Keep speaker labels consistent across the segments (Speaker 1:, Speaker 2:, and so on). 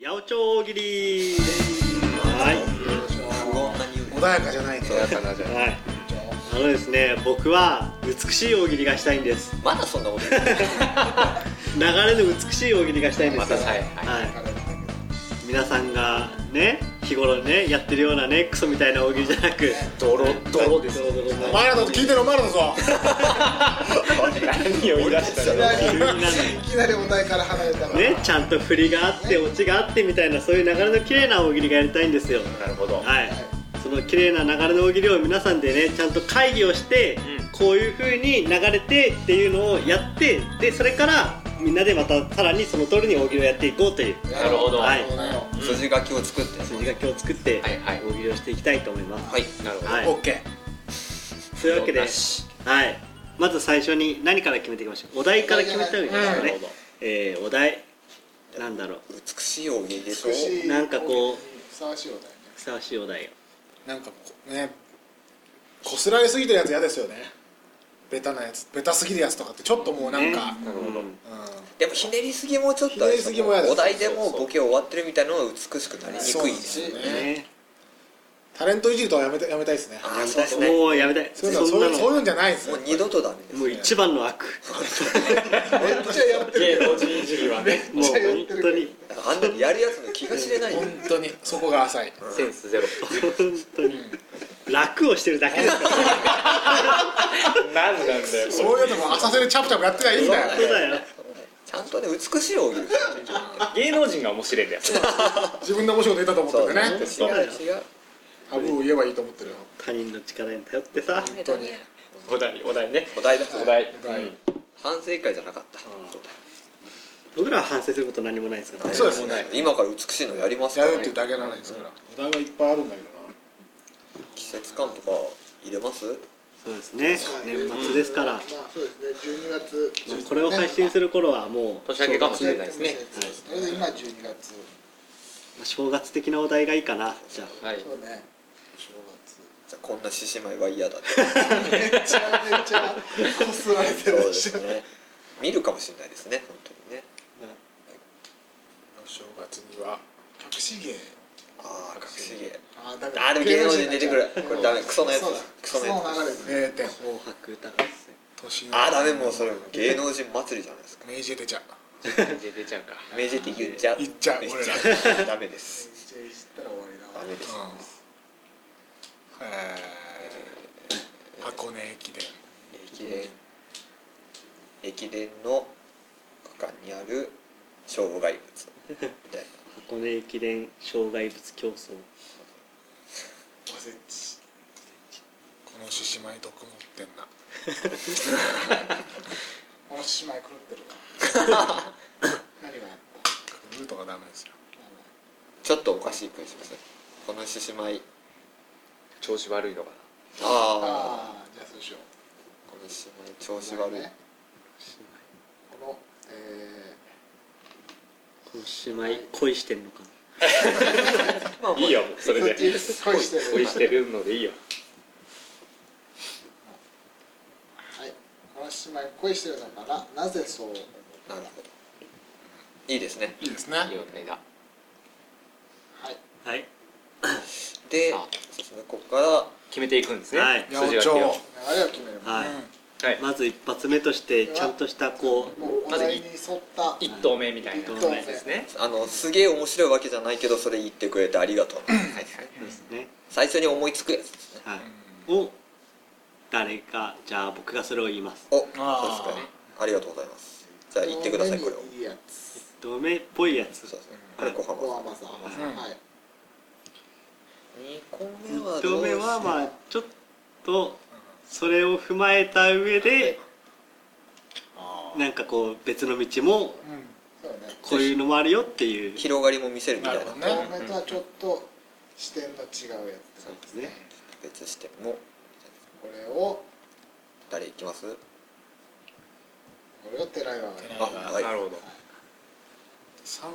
Speaker 1: 八百長大喜利はい、
Speaker 2: 穏やかじゃないね
Speaker 3: そうやったなじゃあ
Speaker 1: はい、あのですね僕は美しい大喜利がしたいんです
Speaker 3: まだそんなこと言う
Speaker 1: 流れの美しい大喜利がしたいんですよ
Speaker 3: またはい
Speaker 1: はい皆さんがね日頃ねやってるようなねクソみたいな大喜利じゃなく
Speaker 3: ドロドロです
Speaker 1: ドロドロな
Speaker 2: お前らだと聞いてるお前らだぞ
Speaker 3: 何を言い出したの
Speaker 2: い
Speaker 1: 急になんない
Speaker 2: きなりお題から離れたら
Speaker 1: ねちゃんと振りがあってオチがあってみたいなそういう流れの綺麗な大喜利がやりたいんですよ
Speaker 3: なるほど
Speaker 1: はい、その綺麗な流れの大喜利を皆さんでねちゃんと会議をして、
Speaker 3: うん
Speaker 1: こういう風に流れてっていうのをやってでそれからみんなでまたさらにその通りに大喜利をやっていこうという
Speaker 3: なるほど
Speaker 1: は
Speaker 3: はいい筋書きを作って
Speaker 1: 筋書きを作って
Speaker 3: はいはい
Speaker 1: 大喜利をしていきたいと思います、
Speaker 3: はいなるほど
Speaker 1: はい
Speaker 2: オッケ
Speaker 1: そういうわけで
Speaker 3: なし
Speaker 1: はい、まず最初に何から決めていきましょうお題から決めた方がいいですかね
Speaker 3: うん、
Speaker 1: えーお題なんだろう
Speaker 3: 美しい大喜利でし
Speaker 2: ー
Speaker 3: ょ
Speaker 2: 美しい
Speaker 1: なんかこう
Speaker 2: ふさわしいお題ね
Speaker 1: ふさわしいお題を
Speaker 2: なんかこうねこすられすぎてるやつ嫌ですよねベタなやつベタすぎるやつとかってちょっともうなんか、
Speaker 1: ね
Speaker 3: なるほど
Speaker 1: うん
Speaker 2: う
Speaker 3: でもひねりすぎもちょっとあ
Speaker 2: ひね
Speaker 3: れでょ
Speaker 2: りすぎも嫌です
Speaker 3: お題でもうボケ終わってるみたいなのは美しくなりに
Speaker 2: そう
Speaker 3: く
Speaker 2: ないん
Speaker 3: で
Speaker 2: です
Speaker 3: す
Speaker 2: よね
Speaker 3: ね
Speaker 1: ね
Speaker 2: ん、タレントいじるとはやめたやめたいですね
Speaker 3: あ
Speaker 1: や
Speaker 3: ー
Speaker 1: め
Speaker 3: そう
Speaker 1: た
Speaker 3: です
Speaker 1: い、
Speaker 3: ねも
Speaker 1: もうやめたい
Speaker 2: そういうのそういうそういうんじゃないです
Speaker 3: う二度とダメです
Speaker 1: もう一番の悪
Speaker 2: めっちゃやってる
Speaker 4: 芸能人いじりはね
Speaker 1: もう本当に
Speaker 3: なんかあんなのやるやつの気が知れないよ
Speaker 2: 本当にそこが浅い
Speaker 4: センスゼロ
Speaker 1: 本当に楽をしてるだけです から本
Speaker 4: 何なんだよこれ
Speaker 2: そういうのも浅瀬でチャプチャプやってりゃいいんだよ
Speaker 1: 当だよ
Speaker 3: ちゃんとね美しい大喜利
Speaker 4: 芸能人が面白いんだよ
Speaker 2: 自分の面白いこと言ったと思って
Speaker 3: そ
Speaker 2: る
Speaker 3: うん
Speaker 2: で
Speaker 3: ね
Speaker 2: ね
Speaker 3: 違う違う
Speaker 2: ハブを言えばいいと思ってるよ
Speaker 1: 他人の力に頼ってさ
Speaker 2: 本当に
Speaker 4: お題お題ね
Speaker 3: お題だ
Speaker 4: お題
Speaker 2: お題
Speaker 4: うん
Speaker 3: 反省会じゃなかった
Speaker 1: 僕らは反省すること何もないですからね
Speaker 2: そうですね
Speaker 3: 今から美しいのやります
Speaker 2: や
Speaker 3: から
Speaker 2: るってい
Speaker 3: ね
Speaker 2: うだけなんですからお題はいっぱいあるんだけどな
Speaker 3: 季節感とか入れます
Speaker 1: そうですね年末ですから、
Speaker 5: まあそうですね、12月。
Speaker 1: もうこれを配信する頃はもう
Speaker 4: 年明けかもしれないです
Speaker 5: そ
Speaker 4: ね
Speaker 5: れで今12月。
Speaker 1: 正月的なお題がいいかなじゃあ
Speaker 4: はい
Speaker 5: そうね。
Speaker 3: じゃあこんな獅子舞は嫌だっ て
Speaker 5: めちゃめちゃこすられて
Speaker 3: そう
Speaker 5: る
Speaker 3: で
Speaker 5: でし
Speaker 3: す
Speaker 5: ょ。
Speaker 3: ね見るかもしれないですね本当にね
Speaker 2: お正月には隠し芸
Speaker 3: ああ隠し芸
Speaker 5: あー、だ
Speaker 3: あーでも芸能人出てくるこれダメクソのやつだクソのやつ
Speaker 5: の流れですね。
Speaker 2: 名店
Speaker 1: 紅白歌合戦
Speaker 2: 都心
Speaker 3: ああダメもうそれ芸能人祭りじゃないですか
Speaker 2: 明治出ちゃう
Speaker 4: で出ちゃうか
Speaker 3: 名人って言っちゃう
Speaker 2: 言っちゃう
Speaker 3: 言
Speaker 2: 俺ら
Speaker 3: ゃうダメです
Speaker 5: 知ったら終わりだ
Speaker 3: ダ
Speaker 5: わ。
Speaker 3: メです
Speaker 2: うんえー箱根駅伝
Speaker 3: 駅伝駅伝の区間にある障害物みたいな
Speaker 1: 箱根駅伝障害物競争
Speaker 2: おせちこの獅子舞毒持ってん な
Speaker 5: この姉妹狂ってるわ。何があった
Speaker 2: ルートがダメですよ
Speaker 3: ちょっとおかしいクイズですねこの獅子舞
Speaker 4: 調子悪いのか
Speaker 3: ああ
Speaker 5: あー、じゃあそうしよう。
Speaker 3: この獅子舞調子悪い
Speaker 5: ねこの、え
Speaker 1: この姉妹恋してんのか
Speaker 3: まあ
Speaker 4: ないいよもうそれ
Speaker 5: ー、
Speaker 4: で
Speaker 5: そっちです恋してる。
Speaker 4: 恋してるのでいいよ
Speaker 5: はい。この姉妹恋してるのかななぜそう
Speaker 3: なるほどいいですね
Speaker 2: いいですね
Speaker 4: いいよねだ
Speaker 5: はい。
Speaker 1: なはい
Speaker 3: で
Speaker 4: さあ
Speaker 3: そうですねここから
Speaker 4: 決めていくんですね
Speaker 1: はい
Speaker 2: 八百
Speaker 4: 筋書
Speaker 2: 長
Speaker 4: きを
Speaker 5: 流れを決める。
Speaker 1: はい、
Speaker 4: はい
Speaker 1: まず一発目としてちゃんとしたこう
Speaker 5: もうお題に沿った
Speaker 4: 一投目みたいな
Speaker 5: 一
Speaker 1: 投目
Speaker 4: ですね
Speaker 3: あのすげえ面白いわけじゃないけどそれ言ってくれてありがと う
Speaker 1: ですね、
Speaker 3: 最初に思いつくやつですね
Speaker 1: はい、を誰かじゃあ僕がそれを言います
Speaker 3: おそうです
Speaker 2: あー
Speaker 3: かありがとうございますじゃあ言ってくださいこれを
Speaker 5: いいやつ
Speaker 1: ドメっぽいやつ
Speaker 3: そうですねこれ小浜
Speaker 5: 小
Speaker 3: さん
Speaker 5: 浜さん
Speaker 2: うん
Speaker 5: はい
Speaker 3: 2個目は
Speaker 1: 1投
Speaker 3: どうし
Speaker 1: 目
Speaker 3: よう
Speaker 1: はまあちょっとそれを踏まえた上でなんかこう別の道も
Speaker 5: そうね
Speaker 1: こういうのもあるよっていうそ
Speaker 3: 広がりも見せるみたい
Speaker 2: なる
Speaker 3: な
Speaker 2: ほどね
Speaker 5: 小浜とはちょっと視点の違うやつ
Speaker 1: うですね
Speaker 3: 別視点も
Speaker 5: これを
Speaker 3: 誰いきます
Speaker 5: これを寺岩が
Speaker 3: あはい
Speaker 4: なるほど
Speaker 2: 三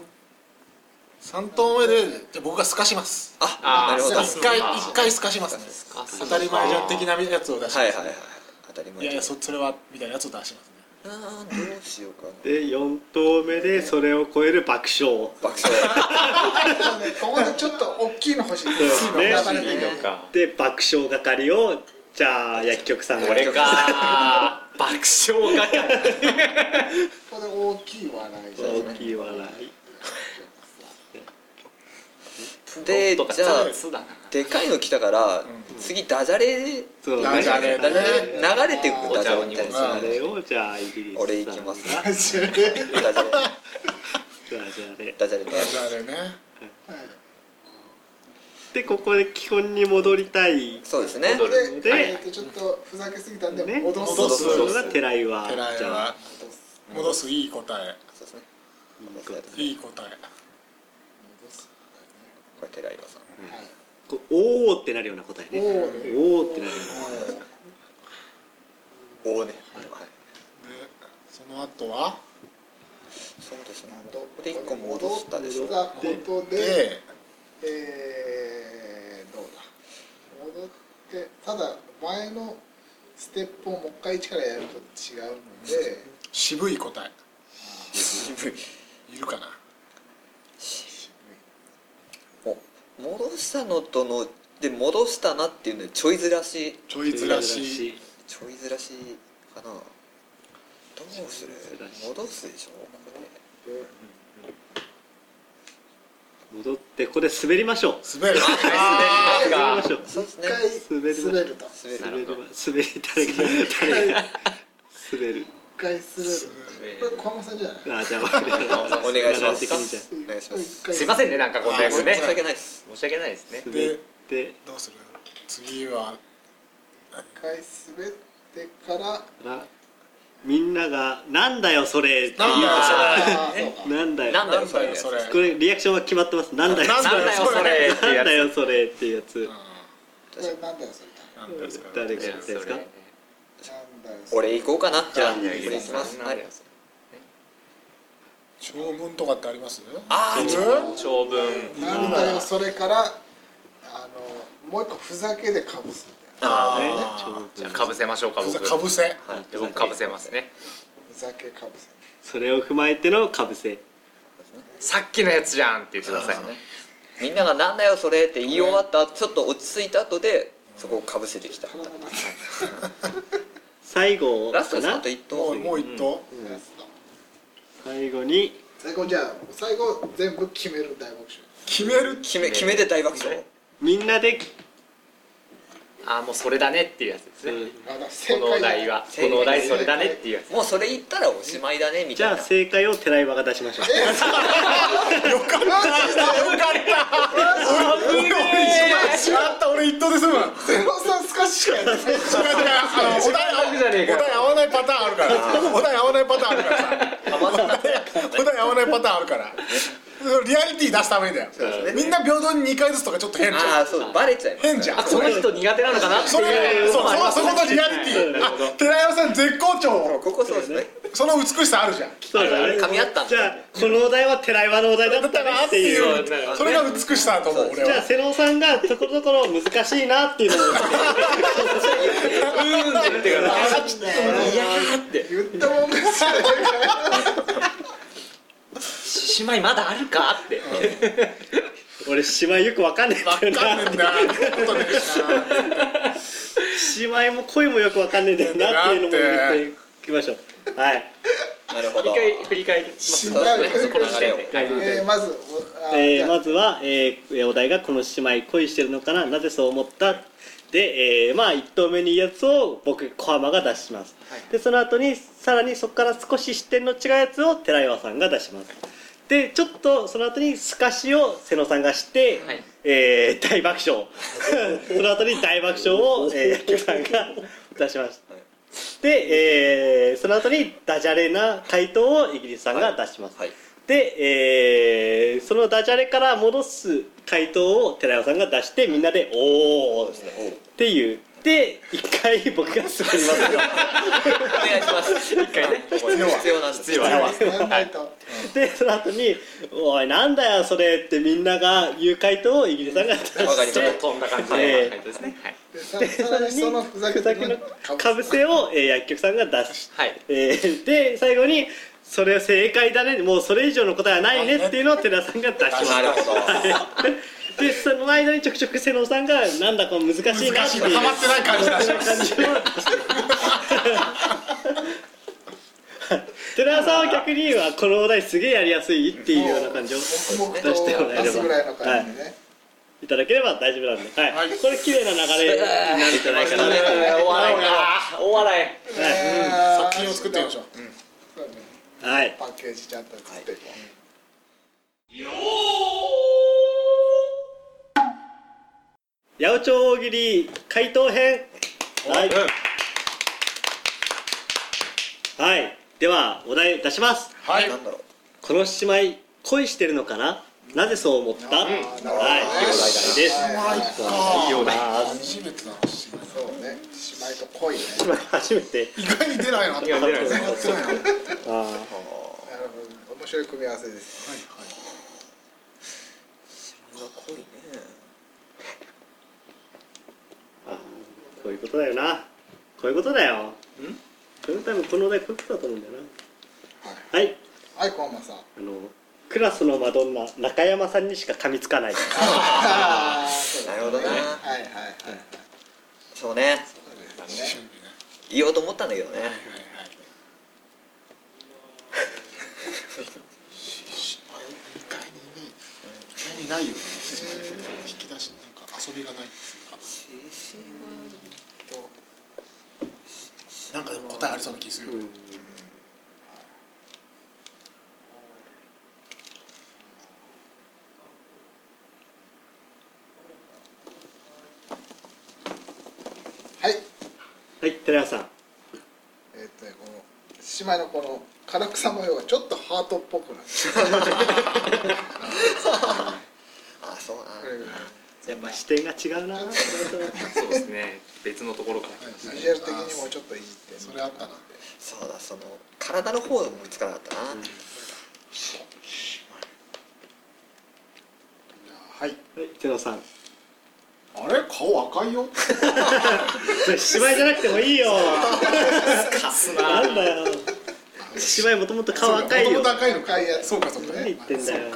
Speaker 2: 三投目でじゃあ僕がすかします
Speaker 3: あなるほど
Speaker 4: あ
Speaker 3: は
Speaker 4: ー
Speaker 2: 一回一回すかしますね当たり前じゃん的なやつを出します
Speaker 3: いはいはい当たり
Speaker 2: い
Speaker 3: 前
Speaker 2: やいやそそれはみたいなやつを出しますね
Speaker 3: あーどうしようかな
Speaker 1: で4投目でそれを超える爆笑
Speaker 3: 爆笑
Speaker 5: し
Speaker 1: そうですね
Speaker 5: またね
Speaker 4: いいのか
Speaker 1: で爆笑係をじゃあ薬局さんが
Speaker 4: これ かー爆笑がか
Speaker 5: ここで大きい笑いですね
Speaker 1: 大きい笑い
Speaker 3: で
Speaker 4: とか
Speaker 3: じゃあ
Speaker 4: ツだな
Speaker 3: でかいの来たから、次ダジャレ
Speaker 1: そうね
Speaker 2: ダジャレ
Speaker 3: ダジャレ流れていくダジャレみたい
Speaker 1: お
Speaker 3: な
Speaker 1: 茶れをじゃあイギリスさんが
Speaker 3: 俺行きます
Speaker 1: じゃあ
Speaker 5: それではい
Speaker 3: ダジャ
Speaker 1: じ
Speaker 3: レ
Speaker 1: ゃあね
Speaker 3: ダジャレ
Speaker 2: ダジャレね
Speaker 1: でここで基本に戻りたい
Speaker 3: そうですね
Speaker 4: 戻る
Speaker 5: で
Speaker 1: で
Speaker 5: えーとちょっとふざけすぎたんで
Speaker 1: ね
Speaker 5: 戻す
Speaker 2: 戻す
Speaker 1: それが寺井は
Speaker 2: 寺井
Speaker 1: じゃ
Speaker 2: は
Speaker 1: あ
Speaker 5: 戻す
Speaker 2: 戻すいい答え
Speaker 3: そうですね
Speaker 1: こ
Speaker 2: いい答え
Speaker 5: 戻す
Speaker 3: これ寺岩さん
Speaker 5: はい
Speaker 1: こうおおってなるような答えね
Speaker 5: おー
Speaker 1: おおってなるような
Speaker 3: おおね
Speaker 2: でその後は
Speaker 3: そうですね
Speaker 5: ど
Speaker 3: ここで一個戻したでしょ
Speaker 5: 戻ったことで
Speaker 2: で
Speaker 5: えー、どうだ戻ってただ前のステップをもう一回一からやると違うので
Speaker 2: 渋い答え
Speaker 3: 渋い
Speaker 2: いるかな
Speaker 3: お戻したのとので戻したなっていうのでちょいずらし
Speaker 2: ちょいずらし
Speaker 1: い
Speaker 3: ちょいずらしかなどうする
Speaker 1: ちょいずらし
Speaker 3: 戻すでしょここで
Speaker 1: 戻ってここで滑りましょう
Speaker 2: 滑る
Speaker 4: あ
Speaker 1: 滑り
Speaker 4: ー
Speaker 1: ましょう
Speaker 3: そうですね
Speaker 5: 一回
Speaker 1: 滑るな
Speaker 5: 滑ると
Speaker 3: 滑る
Speaker 1: 滑りま滑り誰が誰が滑る
Speaker 5: 一回滑るこれ小浜さんじゃない
Speaker 1: あじゃあ分かりました
Speaker 3: お願いします
Speaker 1: 的にじゃあ
Speaker 3: お願いします
Speaker 4: すいませんねなんかこんなやつね
Speaker 3: 申し訳ないです
Speaker 4: 申し訳ないですね
Speaker 1: 滑って
Speaker 2: どうする次は
Speaker 5: 一回滑ってから
Speaker 1: からみんなが「なんだよそれ」って言う
Speaker 2: なんだよ
Speaker 5: ああそうか
Speaker 1: なんだよ
Speaker 4: なんだ
Speaker 2: なん
Speaker 4: よ
Speaker 2: だよそれ
Speaker 1: これリアクションは決まってます「なんだよ
Speaker 2: なん
Speaker 4: なんだよそれって
Speaker 1: な
Speaker 4: や
Speaker 1: んだよ
Speaker 4: つ
Speaker 1: それ」っていうやつ
Speaker 5: これなんだよそ
Speaker 2: な
Speaker 5: れ
Speaker 2: んですか
Speaker 1: 誰がやったんですか
Speaker 5: なんだよそれ
Speaker 3: 俺行こうかなじゃあ
Speaker 1: あ
Speaker 3: こ
Speaker 1: いいよ
Speaker 3: れ
Speaker 1: いいよ
Speaker 3: 行きます
Speaker 4: な
Speaker 3: は
Speaker 4: んだ
Speaker 3: い
Speaker 4: よそれ
Speaker 2: 長文とかってあります
Speaker 3: あ
Speaker 2: い
Speaker 3: ー
Speaker 2: る
Speaker 3: ちょ
Speaker 4: 長文
Speaker 5: なんだよそれからあのもう一個ふざけでかぶすんだよ
Speaker 3: あー
Speaker 1: ねちょうど
Speaker 4: じゃあかぶせましょうか
Speaker 2: かぶせ
Speaker 4: 僕
Speaker 2: かぶせ
Speaker 3: はい
Speaker 4: で僕かぶせますね
Speaker 5: ふざけかぶせ
Speaker 1: それを踏まえてのかぶせ
Speaker 4: さっきのやつじゃんって言ってください
Speaker 3: そうですねみんなが「なんだよそれ」って言い終わったちょっと落ち着いた後でそこをかぶせてきた
Speaker 5: 体の中で
Speaker 1: 最後
Speaker 3: ラスト
Speaker 1: か
Speaker 3: ですあ
Speaker 1: な
Speaker 3: と1
Speaker 2: も
Speaker 3: 投
Speaker 2: うもう一投
Speaker 5: やつだ
Speaker 1: 最後に
Speaker 5: 最後じゃあ最後全部決める大爆笑
Speaker 2: 決める
Speaker 3: 決め決めて大爆笑
Speaker 1: みんなで
Speaker 4: ああもうそれだねっていうやつですね
Speaker 1: うん
Speaker 5: あだから
Speaker 4: こ
Speaker 5: 正
Speaker 4: のお題はこのお題それだねっていうやつ
Speaker 3: もうそれ言ったらおしまいだねみ
Speaker 1: じ
Speaker 3: た
Speaker 1: ゃ
Speaker 3: い
Speaker 1: あ
Speaker 3: な
Speaker 1: 正解を寺岩が出しましょう
Speaker 2: しまった俺一投で済むわ
Speaker 5: ゼロさんスカッシュやね
Speaker 2: 違う違うあのお題
Speaker 4: 違うじゃねえか
Speaker 2: お題合わないパターンあるからお題合わないパターンあるからさお題合わないパターンあるからリアリティ出すためにだよ
Speaker 3: うですね
Speaker 2: みんな平等に2回ずつとかちょっと変じゃ
Speaker 3: ああ
Speaker 2: ん
Speaker 3: そうバレちゃいます
Speaker 2: 変じゃん
Speaker 4: あこの人苦手なのかなって
Speaker 2: そ
Speaker 4: い
Speaker 2: れ
Speaker 4: う
Speaker 2: そう
Speaker 4: のもあり
Speaker 2: そ
Speaker 4: ま
Speaker 2: うそこ
Speaker 4: すね
Speaker 2: のリアリティあ寺山さん絶好調
Speaker 3: ここそうですね
Speaker 2: その美しさあるじゃん
Speaker 1: そうだね
Speaker 3: 噛み合ったんだ
Speaker 1: じゃあこのお題は寺岩のお題だったなっていう
Speaker 4: そうだよ
Speaker 2: それが美しさだと思う俺
Speaker 1: じゃあ
Speaker 2: は
Speaker 1: 瀬能さんがところどころ難しいなっていうのを
Speaker 4: うーんって言ってくださいいやーって
Speaker 5: 言ったもんですよ
Speaker 4: 獅子舞まだあるかって
Speaker 1: 俺姉妹よくわかんねえ
Speaker 2: 分
Speaker 1: んだ
Speaker 2: かん
Speaker 1: よ
Speaker 2: ね
Speaker 1: な
Speaker 2: えんだことね
Speaker 1: 姉妹も声もよくわかんねえんだよなっていうのも言っていきましょうはい
Speaker 3: なるほ
Speaker 4: 振
Speaker 3: ど
Speaker 4: り返り振り返ります
Speaker 5: 信
Speaker 3: そう
Speaker 5: 頼
Speaker 3: ですねそこの流れを
Speaker 5: えーまずおあー
Speaker 1: え
Speaker 5: じ
Speaker 1: ー
Speaker 5: ゃあ
Speaker 1: まずは、えーお題が「この姉妹恋してるのかななぜそう思った?」で、えーまあ1投目にいいやつを僕小浜が出します、でその後にさらにそこから少し視点の違うやつを寺岩さんが出しますでちょっとその後に透かしを瀬野さんがして、
Speaker 4: はい
Speaker 1: えー大爆 笑その後に大爆笑を、えー、野球さんが出しました、で、えーその後にダジャレな回答をイギリスさんが出します、
Speaker 3: はい
Speaker 1: で、えーそのダジャレから戻す回答を寺山さんが出してみんなで「おお」っていうで一回僕が滑りますよ
Speaker 3: お願いします一回ね必
Speaker 2: 要は
Speaker 3: 要なんです
Speaker 4: 必要は
Speaker 5: やんないと
Speaker 1: でその後に「おいなんだよそれ」ってみんなが言う回答をイギリスさんが出
Speaker 3: わか
Speaker 1: し
Speaker 4: ち
Speaker 3: りま
Speaker 1: て
Speaker 4: ょっと飛んだ感じの
Speaker 1: えー
Speaker 4: 回答ですねはい
Speaker 5: でささらにそのふざけ
Speaker 1: ふざ
Speaker 5: た
Speaker 1: け
Speaker 5: の
Speaker 1: の
Speaker 5: か
Speaker 1: か
Speaker 5: ぶ
Speaker 1: ぶ
Speaker 5: せ
Speaker 1: せを、えー薬局さんが出して
Speaker 4: はい
Speaker 1: えーで最後に「それ正解だねもうそれ以上の答えはないね」っていうのを寺田さんが出しま
Speaker 3: なる
Speaker 1: す
Speaker 3: ほど
Speaker 1: で でその間にちょくちょく瀬野さんがなんだか難しいなっていう
Speaker 2: 難しいなハマってない感じだします
Speaker 1: 感じを寺田さんは逆にはこのお題すげえやりやすいっていうような感じを
Speaker 5: 黙々と
Speaker 1: 出してもらえ
Speaker 5: 出
Speaker 1: れ
Speaker 5: すぐ
Speaker 1: ば、
Speaker 5: らいの
Speaker 1: は
Speaker 5: 感
Speaker 1: い
Speaker 5: じ、でね、
Speaker 1: いただければ大丈夫なんで、はい
Speaker 2: はい
Speaker 1: これ綺麗な流れになるんじゃないかな、はい
Speaker 4: お笑いかお笑い
Speaker 5: えー
Speaker 2: 作品を作ってみましょう
Speaker 5: そうね
Speaker 1: はい、
Speaker 5: パッケージちゃんと作っていこう、
Speaker 1: 八百長大喜利回答編はい、はい、ではお題出します
Speaker 2: はい
Speaker 3: なんだろう
Speaker 1: この姉妹恋してるのかななぜそう思った、はい、いいお題です、
Speaker 2: あ
Speaker 4: ような
Speaker 2: あ初めてだな
Speaker 5: そうね姉妹と恋ね
Speaker 1: 今 初めて
Speaker 2: 意外に出ないなって
Speaker 4: 意外に出ない
Speaker 2: 全然やってないなは
Speaker 1: あ
Speaker 2: い
Speaker 5: なるほど面白い組み合わせです
Speaker 3: 濃いね
Speaker 1: あこういうことだよなこういうことだよんこういうことだよこのお題こういうことだと思うんだよなはい
Speaker 5: はいコンマさん
Speaker 1: あのクラスのマドンナ中山さんにしか噛みつかない
Speaker 5: ああそうだ
Speaker 3: なるほどな
Speaker 5: はいはいはい
Speaker 3: そうね
Speaker 5: そうですね
Speaker 3: 言おうと思ったんだけどね
Speaker 2: 意外にないよね引き出しなんか遊びがないなんかでも答えありそうな気するよ
Speaker 5: はい
Speaker 1: はい寺谷さん
Speaker 5: えーっとねこの姉妹のこの唐草模様がちょっとハートっぽくなって
Speaker 3: あそうな
Speaker 5: くれる
Speaker 1: やっぱ視点が違うな
Speaker 4: そうですね別のところから
Speaker 5: ビジュアル的にもちょっといじって
Speaker 2: それあったな
Speaker 3: そうだその体の方が思いつかなかったな、
Speaker 2: はい
Speaker 1: はい寺野さん
Speaker 2: あれ顔赤いよ
Speaker 1: それ芝居じゃなくてもいいよ
Speaker 4: かす
Speaker 1: なんだよ芝居もともと顔赤い
Speaker 2: 元
Speaker 1: よ
Speaker 2: 々赤いのかいやそうかそうか
Speaker 1: 何言ってんだよ
Speaker 2: そう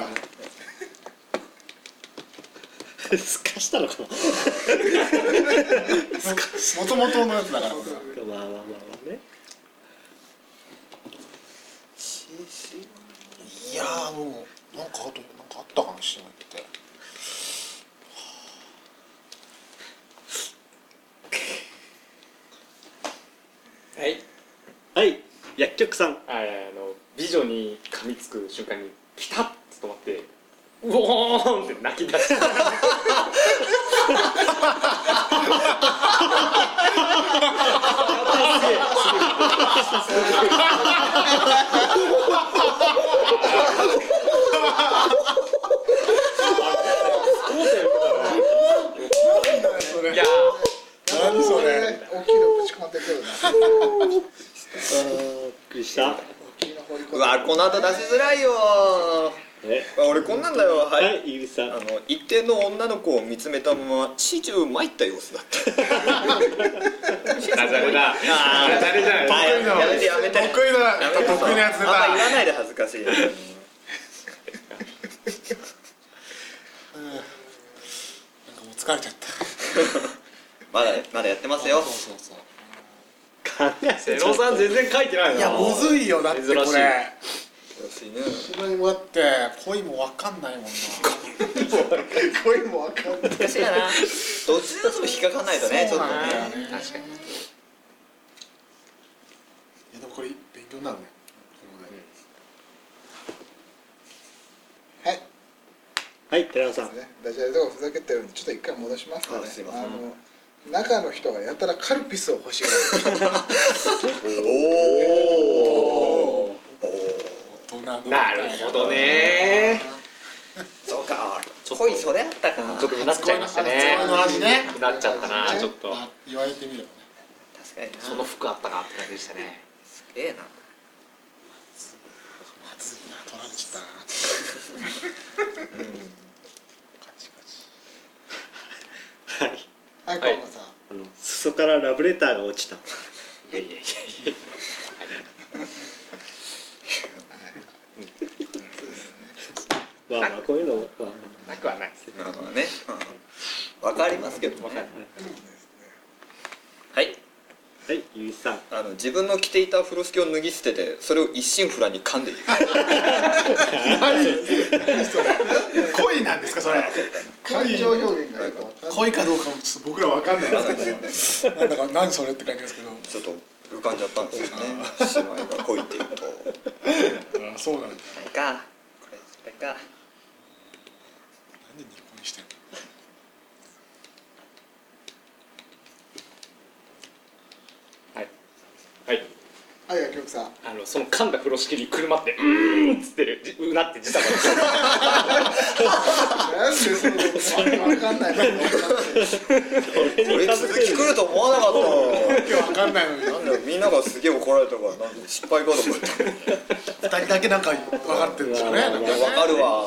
Speaker 2: か
Speaker 1: すかしたのかな
Speaker 2: もともとのやつだからこれは
Speaker 1: まあまあまあまあね
Speaker 2: いやーもうなんかあとなんかあったかなしまって
Speaker 4: はい
Speaker 1: はい薬局さん
Speaker 4: あの美女に噛みつく瞬間にピタッと止まってうおーんって泣き出した
Speaker 2: それ
Speaker 4: いや
Speaker 2: 何それ
Speaker 5: 大きいのぶち込んでくるな
Speaker 1: びっくりした
Speaker 5: 大きいの放り込んでく
Speaker 3: う
Speaker 5: る
Speaker 3: わこの後出しづらいよ
Speaker 1: え
Speaker 3: あ俺こんなんだよはい、
Speaker 1: はいイギリスさん
Speaker 3: あの一定の女の子を見つめたまま始終参った様子だった
Speaker 4: ダジャレだダジャレじゃない
Speaker 3: はい
Speaker 2: な
Speaker 3: やめてやめて
Speaker 2: 得意な
Speaker 3: やめて
Speaker 2: 得意なやつ出た
Speaker 3: あんま言わないで恥ずかしい
Speaker 2: なんかもう疲れちゃった
Speaker 3: まだまだやってますよ
Speaker 2: そうそうそう
Speaker 1: 考えて
Speaker 4: 瀬野さん全然書いてないない
Speaker 2: やむずいよだってこれ
Speaker 4: 珍しい
Speaker 3: 安いね
Speaker 2: 芝居もあって恋もわかんないもんな
Speaker 5: 声もわかんない
Speaker 3: 難しいなどっちでも引っかかんないとねちょっと
Speaker 2: そうなん
Speaker 3: ね
Speaker 2: だよね
Speaker 4: 確かに
Speaker 2: いやでもこれ勉強になるねこのね
Speaker 5: はい
Speaker 1: はい寺野さん
Speaker 5: ねダジャレとかふざけてるんでちょっと一回戻しますかね
Speaker 3: あすいません
Speaker 5: の中の人がやたらカルピスを欲しがる
Speaker 3: おお
Speaker 2: 大人の
Speaker 4: なるほどね
Speaker 3: そうか
Speaker 4: ちょっと
Speaker 3: 恋それあったか
Speaker 4: ちょっとうなっちゃいましたね
Speaker 2: 初恋の味ね
Speaker 4: うなっちゃったなちょっと
Speaker 2: あ言われてみればね
Speaker 3: 確かにな
Speaker 4: その服あったかって感じでしたね
Speaker 3: ええ
Speaker 2: ま
Speaker 3: な
Speaker 2: ずいな取られちゃったなカチカチ
Speaker 1: はい
Speaker 5: はいコンマさん
Speaker 1: あの裾からラブレターが落ちた
Speaker 4: いやいやいや
Speaker 1: まあまあこういうのは、まあ
Speaker 4: なくはない
Speaker 3: なるほどねかりますけど
Speaker 4: わかる
Speaker 3: ねはい
Speaker 1: はいゆいさん
Speaker 3: あの自分の着ていた風呂敷を脱ぎ捨ててそれを一心不乱に噛んでいく
Speaker 2: 恋なんですかそれ
Speaker 5: 感情表現がよくわかんない
Speaker 2: 恋かどうかもちょっと僕らわかんないですけどなんだか何それって感じですけど
Speaker 3: ちょっと浮かんじゃったんですよね姉妹が恋っていうとこ
Speaker 2: ああそうなんだなんで
Speaker 3: れかこれそれか
Speaker 2: 日本にしてんの
Speaker 4: はいはい
Speaker 5: 愛が曲さ
Speaker 4: あのその噛んだ風呂敷に車って「うーん」っつってるうなって自宅に
Speaker 5: なんでそのわかんないの
Speaker 3: 俺続き来ると思わなかった
Speaker 2: いやわかんないのに
Speaker 3: のなんだよみんながすげえ怒られたからなんで失敗かと思った
Speaker 2: 二人だけなんか分かってるんでしょうねなんかね
Speaker 3: 分かるわ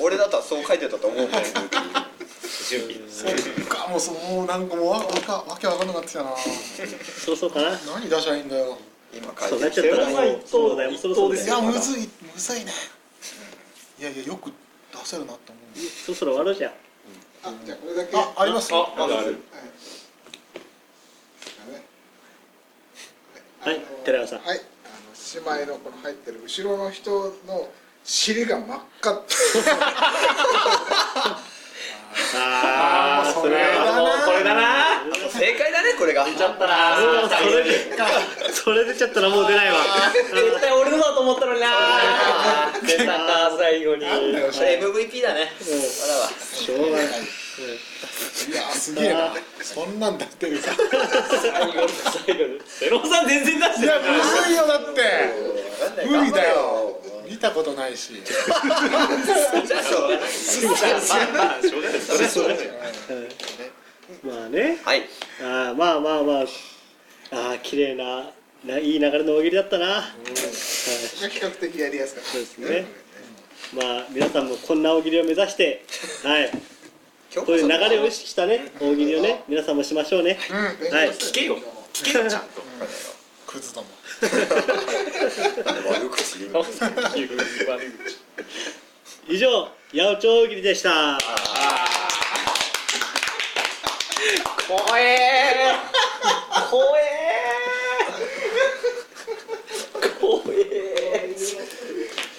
Speaker 3: 俺だったらそう書いてたと思うもん
Speaker 4: 準備
Speaker 2: そうかもうそうもうなんかもうわわかわけわかんなくなってきた な
Speaker 1: そうそうかな
Speaker 2: 何出しゃいいんだよ
Speaker 3: 今
Speaker 1: そ
Speaker 3: 書
Speaker 1: う
Speaker 3: い
Speaker 1: な
Speaker 3: て
Speaker 1: っちゃっ
Speaker 3: る
Speaker 1: たら
Speaker 4: 瀬尾さん
Speaker 1: もう
Speaker 4: 一
Speaker 1: そう
Speaker 4: 等
Speaker 1: だよそうそう
Speaker 4: 一等で
Speaker 1: だ
Speaker 2: い
Speaker 4: す
Speaker 1: よ
Speaker 2: やむずいむずいねいやいやよく出せるなと思
Speaker 1: そ
Speaker 2: う
Speaker 1: ろそろ終わろうじゃん
Speaker 5: あじゃあこれだけ
Speaker 2: ああります
Speaker 4: ああるある
Speaker 5: はい
Speaker 1: はい寺尾さん
Speaker 5: はいあの姉妹のこの入ってる後ろの人の尻が真っ赤 っ
Speaker 1: ああそれは
Speaker 4: もうこれだな
Speaker 3: 正解だねこれが
Speaker 4: 出ちゃったなー
Speaker 1: それでそれ出ちゃったらもう出ないわ
Speaker 4: 絶対俺のだと思ったのになー出たなー最後に
Speaker 3: それ MVP だねあらわ
Speaker 1: しょうがない
Speaker 2: いやすげえなそんなん出してるか
Speaker 4: 最後の最後で瀬野さん全然出し
Speaker 2: い
Speaker 4: て
Speaker 2: や
Speaker 4: ない
Speaker 2: むずいよだって
Speaker 3: わかんない
Speaker 2: 無理だよ見たことないし
Speaker 3: じゃあしょうがない
Speaker 4: まあまあしょうがないです
Speaker 1: まあね
Speaker 3: はい
Speaker 1: あーまあまあまああー綺麗なないい流れの大喜利だったな、はいそ
Speaker 5: が比較的やりやすかった
Speaker 1: うですね、まあ皆さんもこんな大喜利を目指して はい
Speaker 3: 今日
Speaker 1: こういう流れを意識したね大喜利をね皆さんもしましょうね
Speaker 5: 勉
Speaker 1: はい
Speaker 5: 強
Speaker 4: 聞
Speaker 5: した
Speaker 4: けよ聞けよちゃんと
Speaker 2: クズども
Speaker 3: 悪口言うの
Speaker 4: 気分悪い
Speaker 1: 以上八百長大喜利でした
Speaker 4: 怖えー怖えー怖え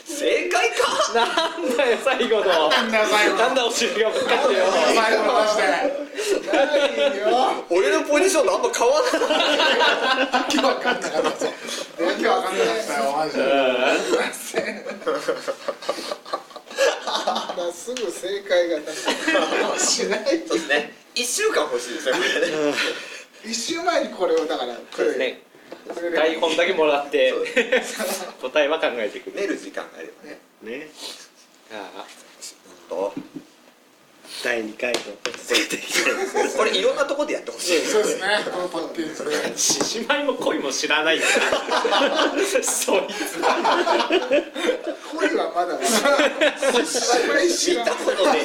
Speaker 3: 正解か
Speaker 4: ーなんだよ最後の
Speaker 2: なんだよ最後
Speaker 4: なんだお尻がぶっかってよ
Speaker 2: 最後の出して
Speaker 5: ないよ
Speaker 3: 俺のポジションとあんま変わらない
Speaker 2: わけわかんなかったぞわ けわかんなかったよマジで
Speaker 5: まだすぐ正解が出せないしない
Speaker 3: そうですね1週間欲しいですねこれね
Speaker 5: 一週前にこれをだから
Speaker 4: そうですね
Speaker 5: これ
Speaker 4: 台本だけもらって
Speaker 3: そう
Speaker 4: 答えは考えてくる
Speaker 3: 寝る時間があればね
Speaker 1: ね
Speaker 4: あ
Speaker 3: と
Speaker 1: 第2回と
Speaker 3: これいろんなとこでやってほしい
Speaker 2: そうですねこのパッケージで
Speaker 4: あ獅子舞も恋も知らないからそいつ
Speaker 5: 恋はまだわ からない失敗し
Speaker 3: 見
Speaker 5: な
Speaker 3: た
Speaker 5: い
Speaker 3: ことね